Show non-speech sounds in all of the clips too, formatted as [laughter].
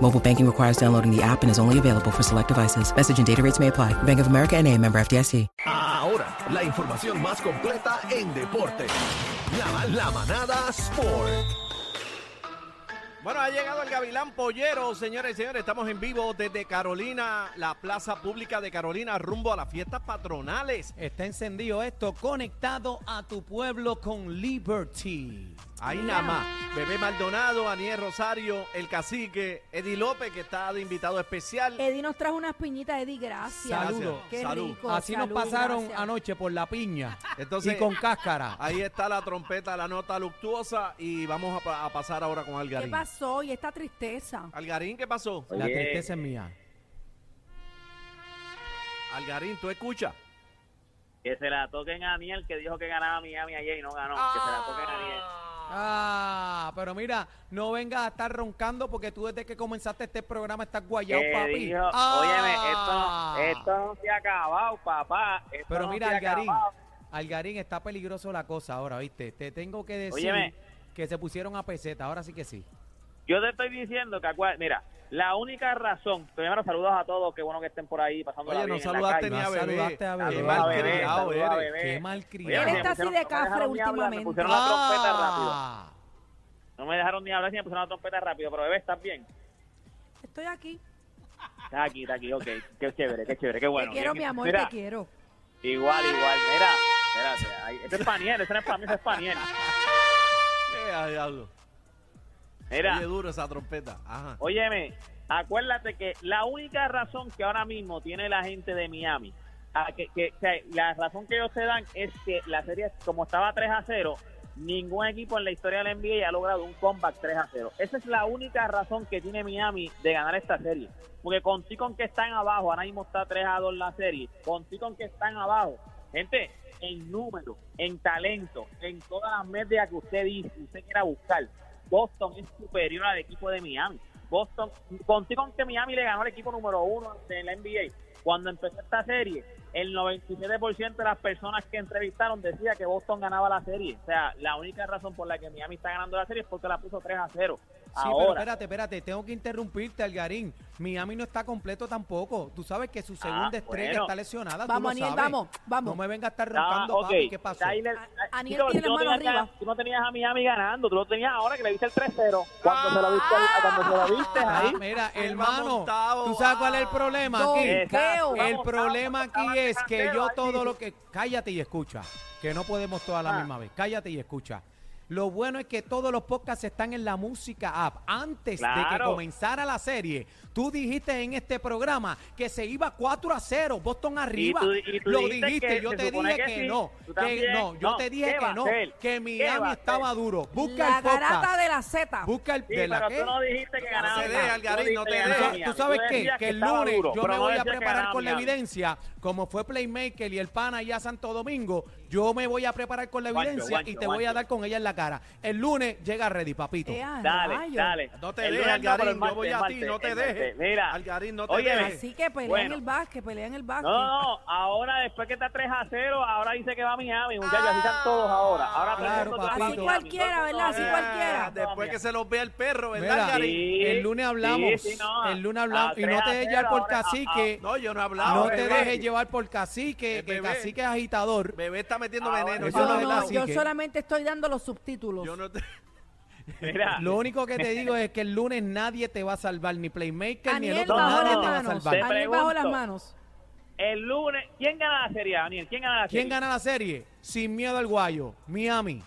Mobile banking requires downloading the app and is only available for select devices. Message and data rates may apply. Bank of America and a member FDIC. Ahora, la información más completa en deporte. La, la manada Sport. Bueno, ha llegado el Gavilán Pollero, señores y señores. Estamos en vivo desde Carolina, la plaza pública de Carolina, rumbo a las fiestas patronales. Está encendido esto, conectado a tu pueblo con Liberty. Ahí nada más. Bebé Maldonado, Aniel Rosario, el cacique, Eddie López, que está de invitado especial. Eddie nos trajo unas piñitas, Eddie, gracias. Saludo. Qué Salud. rico. Así salud, nos pasaron gracias. anoche por la piña Entonces- y con cáscara. ah, Ahí está la trompeta, la nota luctuosa. Y vamos a, pa- a pasar ahora con ¿Qué Algarín. pasó? Y esta tristeza. Algarín, ¿qué pasó? La tristeza es mía. Algarín, tú escuchas. Que se la toquen a Aniel, que dijo que ganaba Miami ayer y no ganó. Que se la toquen a Aniel. Ah, pero mira, no vengas a estar roncando porque tú desde que comenzaste este programa estás guayado, Que papi. Eh, dijo, Ah. óyeme, esto, esto no se ha acabado, papá. Esto Pero no mira, se ha Algarín, acabado. Algarín, está peligroso la cosa ahora, ¿viste? Te tengo que decir Óyeme. que se pusieron a peseta, ahora sí que sí. Yo te estoy diciendo que, acua- mira, la única razón, primero saludos a todos, qué bueno que estén por ahí pasando Oye, no bien en la saludaste calle. ni a No bebé. saludaste a Bebé. Qué Saludos a mal Bebé, criado saludos a eres. Bebé. Qué mal criado. me Él está así pusieron- de no me cafre dejaron ni hablar, últimamente. Me pusieron la trompeta rápido. Ah. No me dejaron ni hablar, ni me pusieron la trompeta rápido. Pero, bebé, ¿estás bien? Estoy aquí. Está aquí, está aquí, ok. Qué chévere, qué chévere, qué bueno. te quiero, mi Bien. amor, Mira, te quiero. Igual, igual, mira. Espérate, ahí- esto es paniel, esto no es para mí, esto es paniel. Eh, a diablo. Mira, Oye, duro esa trompeta. Ajá. Óyeme, acuérdate que la única razón que ahora mismo tiene la gente de Miami, a que, que- que la razón que ellos se dan es que la serie, como estaba 3 a 0, ningún equipo en la historia de la NBA ha logrado un comeback 3 a 0. Esa es la única razón que tiene Miami de ganar esta serie. Porque con Ticon que están abajo, ahora mismo está 3 a 2 la serie, con Ticon que están abajo, gente, en número, en talento, en todas las medias que usted dice, usted quiera buscar. Boston es superior al equipo de Miami. Boston, contigo con que Miami le ganó al equipo número uno de la NBA. Cuando empezó esta serie, el 97% de las personas que entrevistaron decía que Boston ganaba la serie. O sea, la única razón por la que Miami está ganando la serie es porque la puso 3 a 0. Sí, pero Ahora, espérate, espérate, tengo que interrumpirte, Algarín. Miami no está completo tampoco. Tú sabes que su segunda estrella Ah, bueno. está lesionada. tú Vamos, lo Aniel, sabes. vamos, vamos. No me vengas a estar Ah, roncando, ok. papi, ¿qué pasó? Tyler- A- Aniel Chico, tiene tú no las manos tenías- arriba. Tú no tenías a Miami ganando, tú lo tenías ahora que le viste el 3-0. Cuando Ah. se lo viste, cuando se lo viste Ah, ahí. mira, Él va hermano, montado, ¿tú sabes cuál es el problema Don aquí? Exacto. El Vamos, problema vamos, vamos, aquí es que yo ahí. todo lo que... Cállate y escucha, que no podemos todas a la Ah. misma vez. Cállate y escucha. Lo bueno es que todos los podcasts están en la música app. Antes de que Claro. comenzara la serie, tú dijiste en este programa que se iba 4 a 0, Boston arriba. tú- y tú lo dijiste dijiste, que yo se te supone dije que, que sí. no. Tú que también. no, yo No, te dije ¿qué va que a no, hacer? que ¿Qué Miami va a estaba hacer? duro. Busca la el podcast. garata de la Z. Busca el Sí, de la pero qué? tú no dijiste que ganaba. se dé, Miami. Algarín, dijiste no te que dé. Tú ganaba sa- Miami. ¿Tú Miami. sabes Tú qué? decías Que el estaba lunes duro, yo pero me no voy a decías que preparar ganaba con la Miami. evidencia, como fue Playmaker y el pana allá a Santo Domingo, yo me voy a preparar con la Guancho, evidencia y guancho, te voy a guancho. dar con ella en la cara. El lunes llega ready, papito. Eh, a Dale, rayos. dale. No te El dejes, lunes no, pero el Algarín. Yo martes, voy el a ti, martes, no te el martes. dejes. Mira. Algarín, no te Óyeme. dejes. Así que pelean Bueno. el básquet, pelean el básquet. No, no, ahora después que está 3 a 0, ahora dice que va a Miami, muchachos, así están todos ahora. Ahora todo el Claro, Ah, mundo está papito. para Miami, Ah. Cualquiera, todo el mundo ¿verdad? va Así a Eh, Miami. cualquiera. Después que se los vea el perro, ¿verdad, Mira, Algarín? Sí, el lunes hablamos. sí, sí, no. El lunes hablamos. A y no te 3 a dejes llevar por 0 ahora, cacique. No, yo no he hablado. No te bebé. dejes llevar por cacique, El que Eh, bebé. cacique es agitador. Bebé está metiendo Ahora, veneno. Eso yo no no es he no, hablado. así yo que- solamente estoy dando los subtítulos. Yo no [laughs] te- Mira, Lo único que te digo es que el lunes nadie te va a salvar, ni Playmaker, ni el Aniel otro bajó nadie te las va a manos. salvar. Te Aniel bajó las pregunto. manos. El lunes, ¿quién gana la serie, Daniel? ¿Quién gana la serie? ¿Quién gana la serie? Sin miedo al guayo, Miami.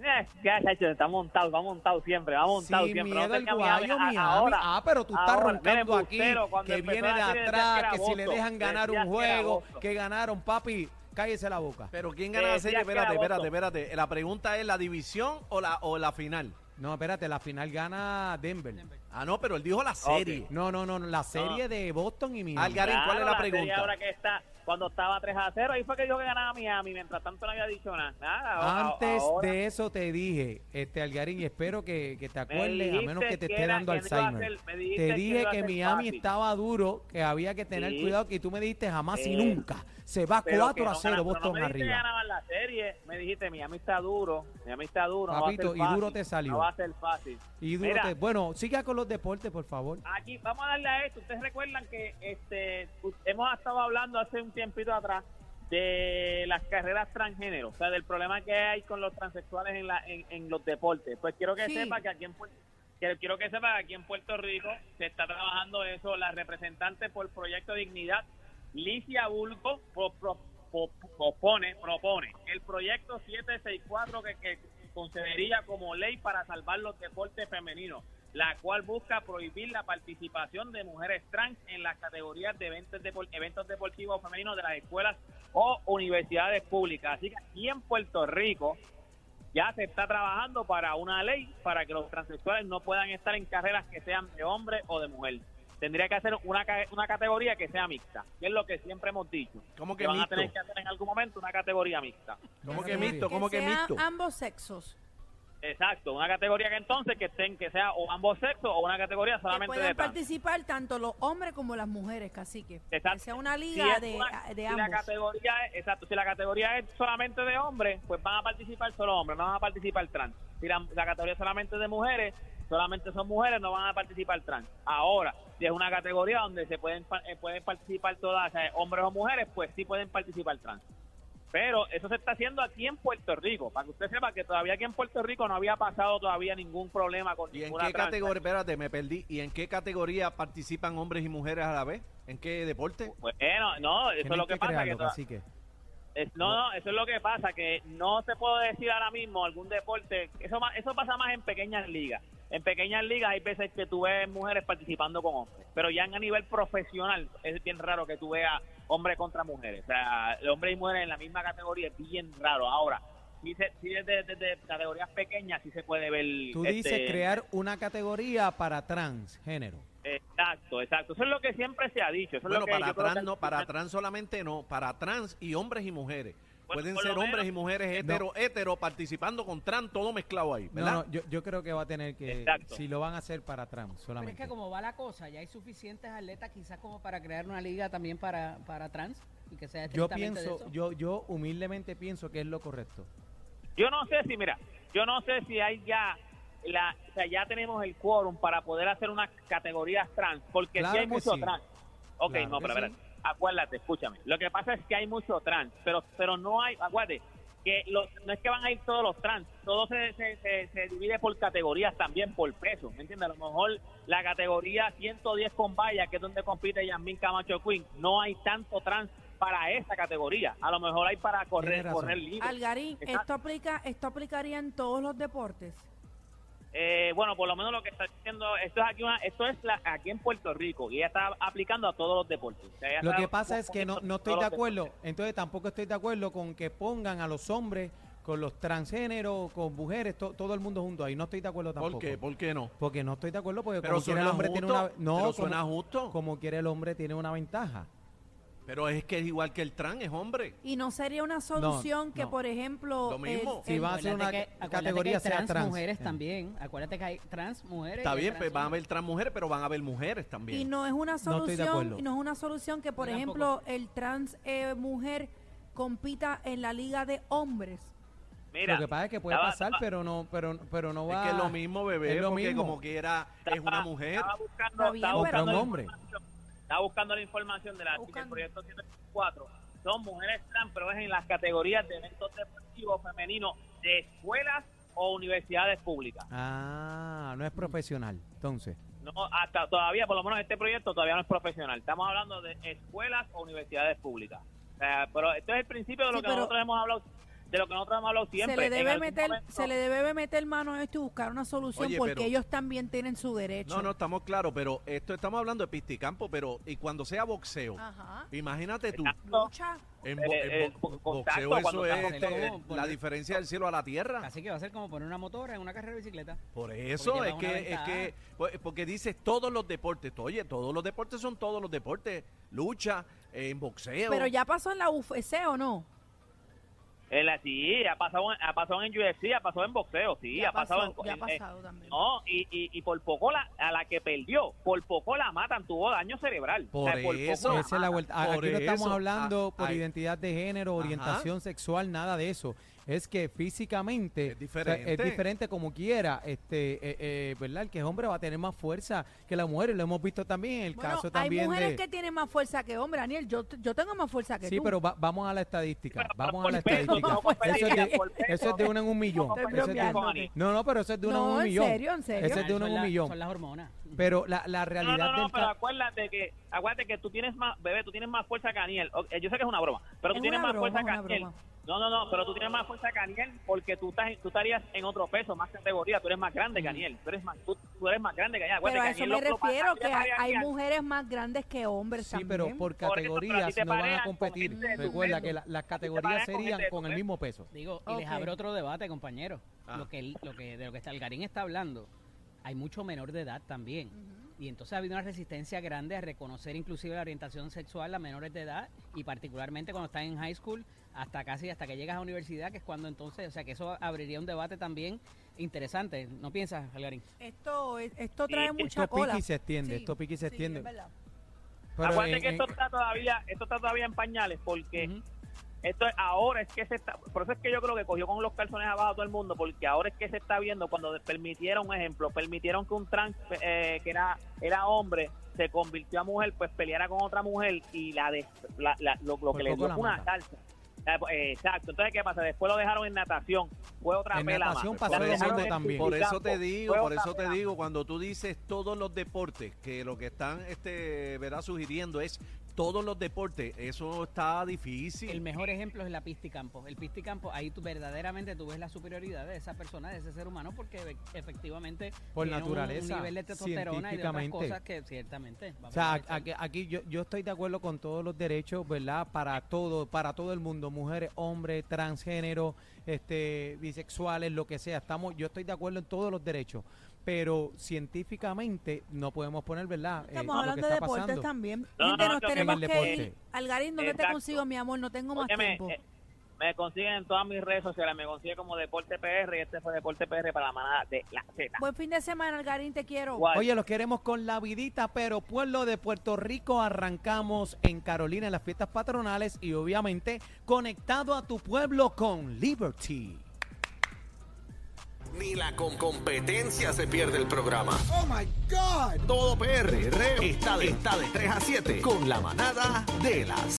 Eh, Ya, chacho, está montado, va montado siempre, va montado Sin siempre. Oh, No miedo al tenga guayo, a- Miami. ahora, ah, pero tú estás ahora, mira, roncando aquí, embustero, cuando que empezó viene de la serie decías atrás, era que si le agosto, dejan ganar un decías que era juego, agosto. que ganaron, papi, cállese la boca. Pero ¿quién gana la Decías serie? que era Espérate, espérate, Boston. espérate. La pregunta es la división o la, o la final. No, espérate, la final gana Denver. Ah, no, pero él dijo la serie. No, no, no, no, la serie Ah. de Boston y Miami. Algarín, ¿cuál es Claro, la serie pregunta? Ahora que está, cuando estaba 3 a 0, ahí fue que dijo que ganaba Miami, mientras tanto no había dicho nada. Nada, a- Antes ahora de eso te dije, este Algarín, y espero que, que te acuerdes, a dijiste menos que te que esté era- dando que no iba a Alzheimer. ser- me dijiste te que dije iba a que ser Miami fácil. estaba duro, que había que tener Sí. cuidado, y tú me dijiste jamás y Eh, nunca. Se va pero que 4 a no 0 gana- pero Boston no me dijiste que arriba. ganaban la serie, me dijiste, Miami está duro, Miami está duro. no va a ser Papito, y fácil, duro te salió. No va a ser fácil. Y duro Mira, Ah, te- Bueno, siga con los deportes, por favor. aquí vamos a darle a esto. Ustedes recuerdan que este u- hemos estado hablando hace un tiempito atrás de las carreras transgénero, o sea, del problema que hay con los transexuales en, la, en, en los deportes. Pues quiero que Sí. sepa que aquí en Puerto que quiero que sepa que aquí en Puerto Rico se está trabajando eso. La representante por Proyecto Dignidad, Licia Bulco, pro- pro- po- propone, propone el proyecto 764 que, que concedería como ley para salvar los deportes femeninos, la cual busca prohibir la participación de mujeres trans en las categorías de eventos, depor- eventos deportivos femeninos de las escuelas o universidades públicas. Así que aquí en Puerto Rico ya se está trabajando para una ley para que los transexuales no puedan estar en carreras que sean de hombre o de mujer. Tendría que hacer una, ca- una categoría que sea mixta, que es lo que siempre hemos dicho. ¿Cómo que van mixto? a tener que hacer en algún momento una categoría mixta. ¿Cómo que Muy bien. mixto? ¿Cómo que, sean mixto? ambos sexos. Exacto, una categoría que entonces que estén que sea o ambos sexos o una categoría Que solamente de puedan trans. participar tanto los hombres como las mujeres, cacique. Que Exacto. sea una Si liga es de, una- de si La ambos. categoría es, exacto, si la categoría es solamente de hombres, pues van a participar solo hombres, no van a participar trans. Si la, la categoría es solamente de mujeres, solamente son mujeres, no van a participar trans. Ahora, si es una categoría donde se pueden, pa- eh, pueden participar todas, o sea, hombres o mujeres, pues sí pueden participar trans. Pero eso se está haciendo aquí en Puerto Rico, para que usted sepa que todavía aquí en Puerto Rico no había pasado todavía ningún problema con ¿Y en ninguna qué trans. categoría, espérate, me perdí, ¿y en qué categoría participan hombres y mujeres a la vez? ¿En qué deporte? Bueno, Pues, eh, no, eso es Tienes lo que, pasa. crearlo, que toda- cacique. Es- no, no, eso es lo que pasa, que no te puedo decir ahora mismo algún deporte, eso ma- eso pasa más en pequeñas ligas. En pequeñas ligas hay veces que tú ves mujeres participando con hombres, pero ya en a nivel profesional es bien raro que tú veas hombres contra mujeres. O sea, hombres y mujeres en la misma categoría es bien raro. Ahora, sí, se- sí desde, desde categorías pequeñas sí se puede ver... Tú este, dices crear una categoría para transgénero. Exacto, exacto. Eso es lo que siempre se ha dicho. Eso es Bueno, lo que para yo creo que trans al no, para final- trans solamente no, para trans y hombres y mujeres. Bueno, Pueden por lo ser hombres menos- y mujeres hetero, hetero, participando con trans, todo mezclado ahí, No, ¿verdad? no, yo, yo creo que va a tener que, Exacto. si lo van a hacer para trans Pero solamente. es que como va la cosa, ya hay suficientes atletas quizás como para crear una liga también para, para trans y que sea Yo estrictamente de pienso, eso. yo, yo humildemente pienso que es lo correcto. Yo no sé si, mira, yo no sé si hay ya, la, o sea, ya tenemos el quórum para poder hacer unas categorías trans, porque Claro sí hay que mucho sí. trans. Ok, Claro no, que pero sí. espérate, acuérdate, escúchame. Lo que pasa es que hay mucho trans, pero, pero no hay, acuérdate, que los, no es que van a ir todos los trans, todo se, se, se- se divide por categorías también, por peso, ¿me entiendes? A lo mejor la categoría 110 con valla, que es donde compite Yasmín Camacho Queen, no hay tanto trans para esa categoría. A lo mejor hay para correr, razón. correr libre. Algarín, Exacto. esto aplica, esto aplicaría en todos los deportes. Eh, bueno, por lo menos lo que está diciendo, esto es aquí, una- esto es la- aquí en Puerto Rico y ella está aplicando a todos los deportes. O sea, ella Lo está que pasa es que no, no estoy de todos los acuerdo, deportes. entonces tampoco estoy de acuerdo con que pongan a los hombres con los transgéneros, con mujeres, to- todo el mundo junto ahí. No estoy de acuerdo tampoco. ¿Por qué? ¿Por qué no? Porque no estoy de acuerdo porque Pero como quiera el suena hombre tiene una justo, no, pero como- suena justo. como quiera el hombre tiene una ventaja. Pero es que es igual que el trans, es hombre. Y no sería una solución que, no. por ejemplo, Lo mismo. el- Sí, va a ser Acuérdate una que- ca- acuérdate categoría que hay sea trans, trans. mujeres Eh. también. Acuérdate que hay trans mujeres. Está y hay bien, trans pues van a hombres. haber trans mujeres, pero van a haber mujeres y también. no es una No estoy de solución, acuerdo. y no es una solución que, por Yo ejemplo, el trans eh, mujer compita en la liga de hombres. Mira, lo que pasa es que puede estaba- pasar, estaba- pero no, pero, pero no va. es que es lo mismo, bebé, es lo porque mismo. como quiera es una estaba- mujer. Estaba buscando, Está bien, estaba pero- buscando Pero un la hombre. información- Estaba buscando la información de la, del Buscando. proyecto 104. Son mujeres trans, pero es en las categorías de eventos deportivos femeninos de escuelas o universidades públicas. Ah, no es profesional, entonces. No, hasta todavía, por lo menos este proyecto todavía no es profesional. Estamos hablando de escuelas o universidades públicas. O sea, pero esto es el principio de lo Sí, que pero- nosotros hemos hablado, de lo que nosotros hemos hablado siempre. se le En debe algún meter momento- se le debe meter mano a esto y buscar una solución Oye, porque pero- ellos también tienen su derecho No, no, estamos claros, pero esto estamos hablando de pisticampo, pero y cuando sea boxeo, ajá imagínate tú, lucha en, Eh, bo- eh, en bo- eh, boxeo contacto eso cuando es estamos este, en combo, la por- diferencia del cielo a la tierra. Así que va a ser como poner una motora en una carrera de bicicleta. Por eso lleva es una que, es ventaja. que, pues, porque dices todos los deportes, oye, todos los deportes son todos los deportes, lucha, eh, en boxeo. pero ya pasó en la UFC o no en la- sí, ha pasado, en- ha pasado en UFC, ha pasado en boxeo, sí, Ya ha pasado pasó, en- ya ha en- en- pasado también No, y, y, y por poco la, a la que perdió, por poco la matan, tuvo daño cerebral. Por eso. la No, Esa es la matan. vuelta. A- por Aquí no estamos eso, hablando ah, por ahí. identidad de género, Ajá. orientación sexual, nada de eso. Es que físicamente Es o sea, diferente. es diferente como quiera, este, eh, eh, ¿verdad? El que es hombre va a tener más fuerza que la mujer y lo hemos visto también en el bueno, caso hay también mujeres de. que tienen más fuerza que hombres Daniel yo, yo tengo más fuerza que Sí, tú pero va- vamos a la estadística. Pero Vamos a la por peso, estadística. no por Eso es de, pelea, por peso. eso es de una en un millón. Estoy Eso es de- bromeando. no, no, pero eso es de una en no un en millón. serio en serio Ese es de uno en Son un la- millón. Son las hormonas. Pero la, la realidad No, no, no, del pero ca- acuérdate que, acuérdate que tú tienes más, bebé, tú tienes más fuerza que Aniel. O- eh, Yo sé que es una broma, pero tú Es tienes una más broma, fuerza es que una Aniel. broma. No, no, no, pero tú tienes más fuerza que Aniel porque tú, estás, en- tú estarías en otro peso, más categoría, tú eres más grande que Aniel. Tú eres más, tú, tú eres más grande que Aniel. Mm. pero Acuérdate a que eso Aniel me lo- lo pasa- refiero le que hay, pasa a hay Aniel. mujeres más grandes que hombres Sí, también pero por Por eso, pero a ti categorías te no van parean a con competir. gente de tu Recuerda peso. que la- las parean categorías con gente serían de tu con el peso. mismo peso. Digo, y les Ok. abre otro debate, compañero. Ah. Lo que, lo que, de lo que Algarín está hablando, hay mucho menor de edad también. Y entonces ha habido una resistencia grande a reconocer inclusive la orientación sexual a menores de edad y particularmente cuando están en high school hasta casi hasta que llegas a universidad, que es cuando entonces, o sea que eso abriría un debate también interesante. ¿No piensas, Algarín? esto es- esto Sí, trae esto esto mucha pica y cola se extiende, esto pica y se sí, extiende. Eh, es verdad. Pero Acuérdate en- que esto en- está todavía, esto está todavía en pañales porque Ujú. esto es- ahora es que se está, por eso es que yo creo que cogió con los calzones abajo a todo el mundo, porque ahora es que se está viendo cuando permitieron, un ejemplo, permitieron que un trans eh, que era era hombre se convirtió a mujer, pues peleara con otra mujer y la, des- la- la- lo, lo Por que le poco Pues dio la fue una mata. salsa. Eh, Exacto, entonces ¿qué pasa? Después lo dejaron en natación, fue otra En pela más. natación Lo pasó lo dejaron mismo en también. Por eso te campo, digo, fue por otra eso te pela digo, cuando tú dices todos los deportes, que lo que están este, verá sugiriendo es todos los deportes, eso está difícil. El mejor ejemplo es la pista y campo. El pista y campo, ahí tú verdaderamente tú ves la superioridad de esa persona, de ese ser humano, porque ve- efectivamente Por tiene un- naturaleza, un nivel de testosterona y de otras científicamente. cosas que ciertamente. va a O sea, permanecer. aquí, aquí yo, yo estoy de acuerdo con todos los derechos, ¿verdad? Para todo, para todo el mundo, mujeres, hombres, transgénero, este, bisexuales, lo que sea. Estamos, yo estoy de acuerdo en todos los derechos, pero científicamente no podemos poner, ¿verdad? Eh, Estamos lo que hablando de está deportes pasando. también. No, Gente, no, nos yo creo que- tenemos que ir. Deporte. Algarín, ¿dónde te Exacto. consigo, mi amor? No tengo más Óyeme, tiempo. eh, me consiguen en todas mis redes sociales, me consiguen como Deporte PR y este fue Deporte PR para la manada de la Z. Buen fin de semana, Algarín, te quiero. Guay. Oye, los queremos con la vidita, pero pueblo de Puerto Rico, arrancamos en Carolina en las fiestas patronales y obviamente conectado a tu pueblo con Liberty. Ni la con competencia se pierde el programa. Oh my God. Todo PR está de, está de 3 a 7 con la manada de las